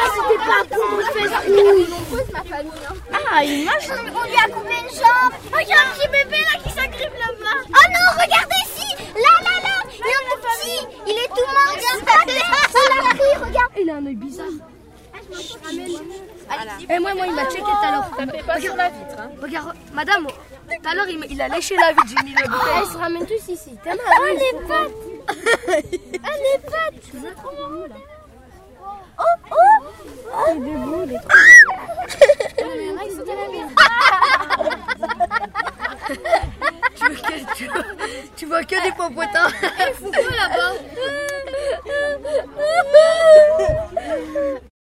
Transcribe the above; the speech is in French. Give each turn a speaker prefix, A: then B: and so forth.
A: pas beaucoup de Facebook.
B: ma famille. Hein.
A: Ah, une mâche
C: On lui a coupé une jambe. Regarde, j'ai bébé là qui s'agrippe là-bas. Oh non, regarde ici. Là, là, là. Il est tout petit. Il est tout mort. Regarde, on l'a pris. Regarde.
A: Il a un œil bizarre. Et moi, moi, il m'a checké tout à l'heure.
B: Tapez pas sur la vitre. Hein.
A: Regarde, madame, tout à l'heure, il, m'a- il a léché la vie j'ai mis
C: Ah,
A: le Ah, bouteille.
B: Ils se ramènent tous ici. T'as
C: Oh les pattes. Oh les pattes. Oh, oh.
B: ils sont à la maison.
A: Tu vois que des popotins.
B: Foucault là-bas.